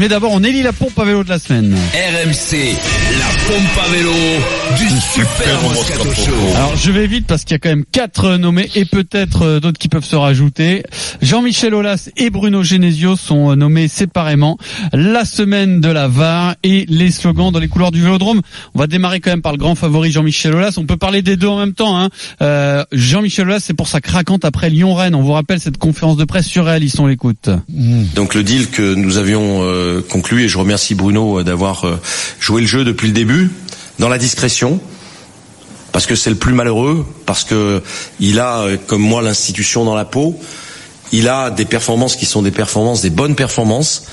Mais d'abord, on élit la pompe à vélo de la semaine. RMC, la pompe à vélo du Super Moscato Show. Alors, je vais vite parce qu'il y a quand même quatre euh, nommés et peut-être euh, d'autres qui peuvent se rajouter. Jean-Michel Aulas et Bruno Genesio sont euh, nommés séparément la semaine de la VAR et les slogans dans les couloirs du Vélodrome. On va démarrer quand même par le grand favori Jean-Michel Aulas. On peut parler des deux en même temps. Hein. Euh, Jean-Michel Aulas, c'est pour sa craquante après Lyon-Rennes. On vous rappelle cette conférence de presse surréaliste, on l'écoute. Donc le deal que nous avions euh, conclu, et je remercie Bruno euh, d'avoir euh, joué le jeu depuis le début, dans la discrétion, parce que c'est le plus malheureux, parce que il a, euh, comme moi, l'institution dans la peau, il a des performances qui sont des performances, des bonnes performances,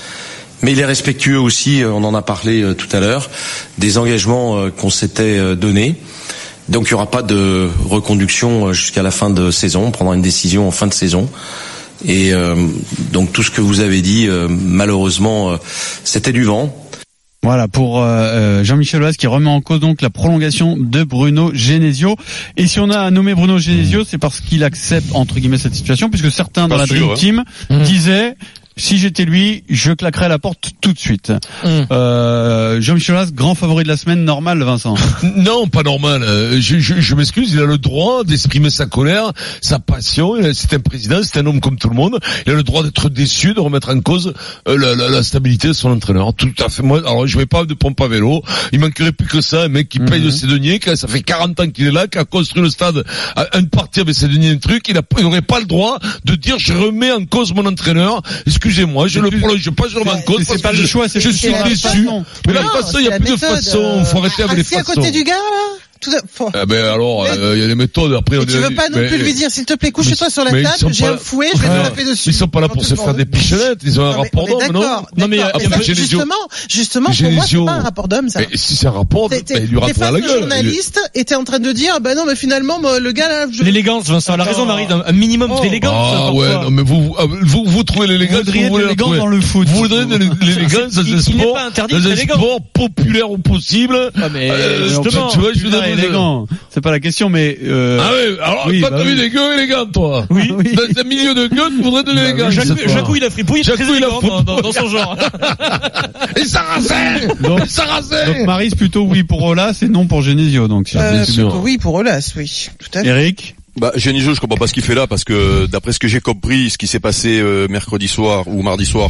mais il est respectueux aussi, euh, on en a parlé euh, tout à l'heure, des engagements euh, qu'on s'était euh, donnés. Donc il n'y aura pas de reconduction euh, jusqu'à la fin de saison, on prendra une décision en fin de saison. Et euh, donc tout ce que vous avez dit, euh, malheureusement, euh, c'était du vent. Voilà pour euh, euh, Jean-Michel Aulas qui remet en cause donc la prolongation de Bruno Genesio. Et si on a nommé Bruno Genesio, c'est parce qu'il accepte entre guillemets cette situation, puisque certains dans Pas la sûr, Dream hein. Team Mmh. disaient si j'étais lui, je claquerais la porte tout de suite. Mmh. Euh, Jean-Michel Aulas, grand favori de la semaine, normal, Vincent. Non, pas normal. Euh, Je, je- je m'excuse, il a le droit d'exprimer sa colère, sa passion. Il a- C'est un président, c'est un homme comme tout le monde. Il a le droit d'être déçu, de remettre en cause euh, la, la- la stabilité de son entraîneur. Tout à fait. Moi, alors je vais pas de pompe à vélo. Il manquerait plus que ça, un mec Mhm. qui paye de ses deniers, qui a- ça fait 40 ans qu'il est là, qui a construit le stade, à- une partie avec ses deniers, un truc. Il n'aurait pas le droit de dire je remets en cause mon entraîneur. Excusez-moi, je Mais le tu- prolonge pas, je le remets en cause. C'est parce pas que le je- choix, c'est Je juste suis la déçu. façon. Mais la Non, façon, il n'y c'est a plus la de méthode, façon. Faut arrêter euh, avec les assis à façons. côté du gars, là Tout à- faut- Ah ben alors, Mais- euh, il y a les méthodes. Après, on Et tu veux pas non plus lui dire, s'il te plaît, couche-toi sur la mais ils sont table, j'ai pas- un fouet, je vais te Ouais. taper dessus. Ils sont pas là pour se faire des pichelettes. Ils ont un Non, mais on rapport est d'homme, non d'accord, Non mais euh, il y a- d'accord. il y a Mais pas ça, Genesio. Justement, justement, pour moi, c'est Genesio. pas un rapport d'homme, ça. Mais si c'est un rapport, T'es- ben, t'es- il lui T'es rattrape face la de gueule. journaliste et t'es en train de dire, bah non, mais finalement, moi, le gars, là, je... L'élégance, Vincent, elle a raison, Marie, d'un- un minimum Oh. d'élégance. Ah parfois. ouais, non mais vous, ah, vous, vous trouvez Vous l'élégance, voudriez de vous voulez la l'élégance trouver. dans le foot. Vous voudriez de l'élégance dans Il- un il n'est sport, pas interdit dans d'être un élégant. sport populaire au possible. Ah, mais Euh, justement, tu vois, je veux Populaire, dire, élégant, c'est pas la question, mais euh, Ah ouais, alors, Oui, toi, bah t'as vu oui. des gueux élégants, toi. Oui. Dans un milieu de gueux, tu voudrais de l'élégance. Jacques- ce soir. Jacouille, la fripouille, Jacouille, très la élégant dans, fripouille. dans- dans son genre. Et Sarrazin! Donc- Et Sarrazin! donc Marie, c'est plutôt oui pour Aulas et non pour Genesio. Donc, si Euh, bien sûr. plutôt oui, pour Olas, oui. Tout à fait. Eric. Bah, Genesio, je comprends pas ce qu'il fait là parce que d'après ce que j'ai compris, ce qui s'est passé euh, mercredi soir ou mardi soir,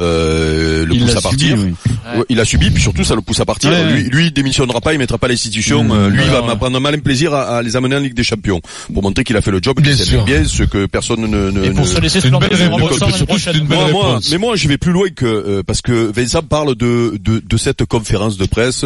euh, le il pousse l'a à subi, partir. oui. Ouais, il a subi, puis surtout ça le pousse à partir. Ouais, lui, ouais. lui, il démissionnera pas, il mettra pas l'institution. Mmh. euh, lui, il Alors, va ouais. prendre un malin plaisir à, à les amener en Ligue des Champions pour montrer qu'il a fait le job, Bien qu'il s'est sûr. bien, ce que personne ne. ne- Et pour ne- se C'est laisser se une planter belle sur un réponse, ressort l'année surtout que c'est une prochaine. belle- Moi, moi, réponse. mais moi, je vais plus loin que euh, parce que Vincent parle de de, de cette conférence de presse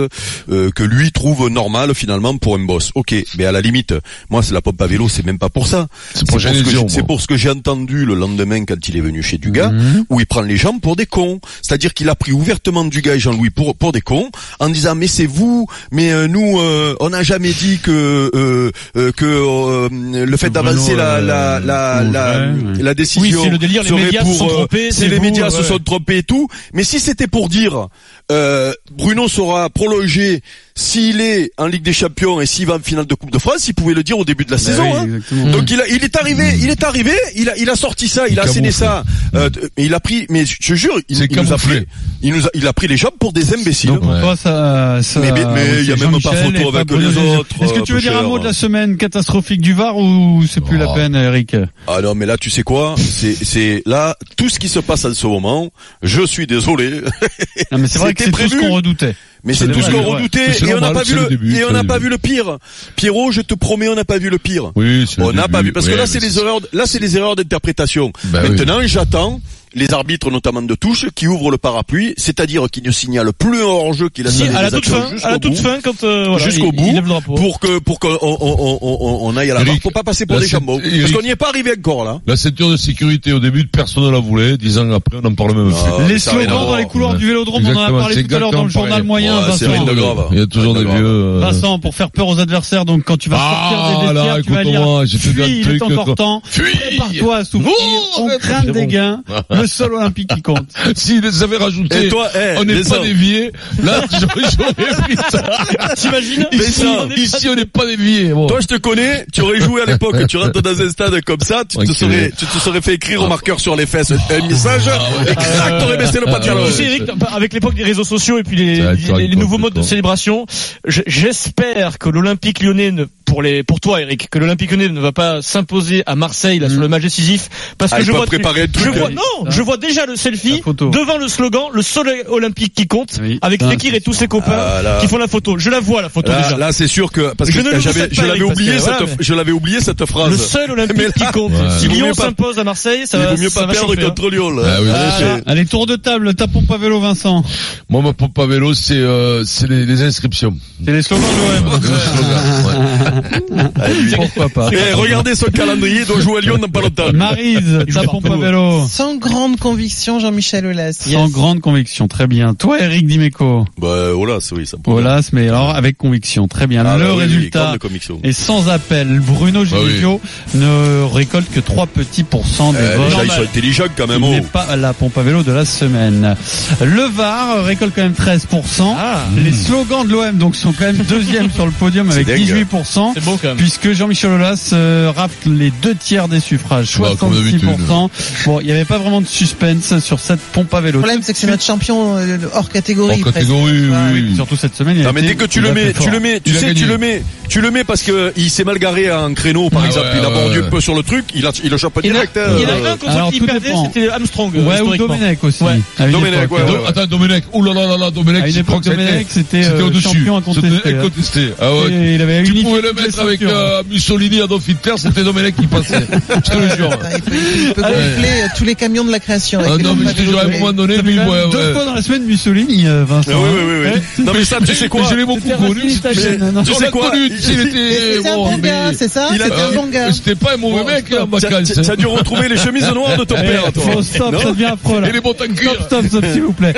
euh, que lui trouve normale finalement pour un boss. Ok, mais à la limite, moi, c'est la pompe à vélo, c'est même pas pour ça. C'est pour C'est pour, ce que Genesio, j'ai- moi. c'est pour ce que j'ai entendu le lendemain quand il est venu chez Dugas, Mhm. où il prend les gens pour des cons. C'est-à-dire qu'il a pris ouvertement Dugas et Jean-Louis pour pour des cons, en disant mais c'est vous, mais euh, nous euh, on n'a jamais dit que euh, euh, que euh, le fait Bruno, d'avancer la euh, la la la, ouais, ouais. la décision Oui, c'est le délire, les serait médias se pour, sont euh, trompés, si c'est les vous, médias se ouais. sont trompés et tout, mais si c'était pour dire euh, Bruno sera prolongé s'il est en Ligue des Champions et s'il va en finale de Coupe de France, il pouvait le dire au début de Bah la saison. Bah oui, hein. exactement. Hmm. Donc il, a, il est arrivé, il est arrivé, il a, il a sorti ça, il, a asséné ça, euh, t- mais il a pris, mais je te jure, il, C'est il nous a camouflé. pris, il nous a, il a pris les gens pour des imbéciles. Donc pour Ouais. toi, ça, ça Mais- mais- mais oui, il y a c'est même pas Jean-Michel photo et avec Bruno les Genesio. autres, Est-ce que euh, tu veux dire un Boucher, mot de la ouais. semaine catastrophique du Var ou c'est plus la Oh. peine, Eric Ah non, mais là tu sais quoi, c'est, c'est là tout ce qui se passe en ce moment. Je suis désolé, Non, mais c'est vrai que C'était c'est tout ce prévu. qu'on redoutait. mais C'est c'est tout ce normal, qu'on ouais. redoutait C'est et on n'a normal, pas vu c'est le, le début, et c'est on n'a le pas début. vu le pire. Pierrot, je te promets, on n'a pas vu le pire. Oui, c'est le On n'a début. pas vu parce que Ouais, là mais c'est les erreurs, là c'est les erreurs d'interprétation. Bah oui. Maintenant j'attends les arbitres notamment de touche qui ouvrent le parapluie, c'est-à-dire qui ne signalent plus un hors-jeu qu'il a Si, signé à la des toute actions fin, à la jusqu'au toute bout. fin, quand euh, voilà, Jusqu'au il- bout, il lève le drapeau. pour que pour qu'on on, on, on, on aille à la Eric, barre. Faut pas passer pour là, des c'est- jambons. Eric- Parce qu'on n'y est pas arrivé encore là. La ceinture de sécurité, au début, personne ne la voulait. Dix ans après, on en parle même plus. Ah, mais les ça a rien slogans à dans voir. les couloirs ouais. du Vélodrome, on en a Exactement, parlé c'est tout à l'heure dans le exactement journal pareil. moyen. rien, Ouais, c'est Vincent. rien de grave. Il y a toujours des Rien de vieux. euh, Vincent, pour faire peur aux adversaires, donc quand tu vas sortir des Ah vestiaires, là, tu vas lire écoute-moi, j'ai fait Fuis, plein il de est trucs. encore quoi. temps. Fuis Prépare-toi à souffrir. Non, on arrête, craint c'est des bon. gains. Le sol olympique qui compte. S'ils les avaient rajoutés, Et toi, eh, on n'est les pas hommes. déviés. Là, j'aurais j'aurais pris ça. T'imagines Ici, ça, ici, on n'est pas déviés. Bon. Toi, je te connais, tu aurais joué à l'époque, tu rentres dans un stade comme ça, tu te Enculé. serais, tu te serais fait écrire au marqueur sur les fesses un message, et crac, t'aurais baissé le pantalon. Ah ouais. Tu sais, Eric, bah, avec l'époque des réseaux sociaux et puis Ça va être les, les, correct, les quoi, nouveaux c'est modes de con. célébration, je- j'espère que l'Olympique lyonnais, ne- pour, les, pour toi Eric, que l'Olympique lyonnais ne va pas s'imposer à Marseille là, sur le match décisif. Parce Ah, que il je peut vois, préparer un je truc. vois, Oh non, je vois déjà le selfie La photo. devant le slogan, le soleil olympique qui compte, Oui. avec Ah, Fekir et tous ses copains Ah, là. Ah, qui font la photo. Je la vois la photo Là, déjà. là, c'est sûr que parce Je ne que le j'avais, souhaite je pas, l'avais Eric, parce oublié que, cette, voilà, mais- je l'avais oublié cette le phrase. seul Mais Olympique là- qui compte. Ouais. Si Il vaut Lyon mieux pas- s'impose à Marseille, ça Il va, vaut mieux ça pas va perdre chauffer, hein. contre Lyon. là. Eh, Ah oui, en effet. Allez, tour de table, ta pompe à vélo, Vincent. Moi, ma pompe à vélo, c'est euh, c'est les, les inscriptions. C'est les slogans de Ah. l'OM. Le slogan, ouais. Ah, Pourquoi pas. Eh, regardez son calendrier, il doit jouer à Lyon dans pas longtemps. Ah, Marise, ta pompe à vélo. Sans grande conviction, Jean-Michel Aulas. Sans grande conviction, très bien. Toi, Eric Dimeco. Bah, voilà, c'est oui, ça. Olas, mais alors avec conviction, très bien. Ah, le bah oui, comme Bah résultat de conviction. est sans appel. Bruno oui. Genesio ne récolte que 3 petits pourcents des Eh, votes. déjà, ils sont intelligents quand Il même. n'est Oh. pas à la pompe à vélo de la semaine. Le VAR récolte quand même 13%. Les slogans de l'OM donc sont quand même deuxième sur le podium avec dingue. 18%. C'est beau quand même. Puisque Jean-Michel Aulas euh, rafle les deux tiers des suffrages, Bah, comme 66%. Bon, il n'y avait pas vraiment de suspense sur cette pompe à vélo. Le problème, c'est que c'est notre champion euh, hors catégorie. En presque. catégorie, oui, Ah, oui. Oui, Surtout cette semaine. il a Non mais été- dès que tu il le a mets, fait tu fort. le mets, tu Il a sais, gagné. tu le mets, tu le mets parce que il s'est mal garé à un créneau par Ah exemple, ouais, il a ouais, mordu ouais. un peu sur le truc, il a il le chope Il y en a- direct. il y en hein. a un contre Alors, qui tout perdait, dépend. c'était Armstrong, euh, Ouais, ou historiquement. Domenech aussi. Ouais. À une Domenech, époque, ouais, euh, ouais. Do- Attends, Domenech. Ouh là là là là, Domenech. À une je crois époque, que c'était- Domenech, c'était c'était euh, au-dessus. champion à C'était contester. hein. contesté. Ah ouais. Et il avait Tu unifié pouvais le toutes les mettre avec ceintures. euh, Mussolini, Adolf Hitler, c'était Domenech qui passait. Je te le jure. Ah, il peut, il peut gonfler, euh, tous les camions de la création. Ah avec non, les mais je te jure, à un gonflables. moment donné, lui, ouais, Deux ouais. fois dans la semaine, Mussolini, euh, Vincent. Ah oui, oui, oui, oui. Non mais ça, tu sais quoi Mais Je l'ai beaucoup C'était connu. raciste, ta chaîne, non, non. Tu sais On l'a quoi connu, tu sais, il était C'est un bon, bon gars, mais- c'est ça il a- C'est un Euh, bon gars. C'était pas un mauvais mec, hein, là, T'as- Macal. t'as- T'as dû retrouver les chemises noires de ton Eh, père, toi. faut stop, ça devient affreux là. Et les bottes en cuir. Stop, stop, stop, s'il vous plaît.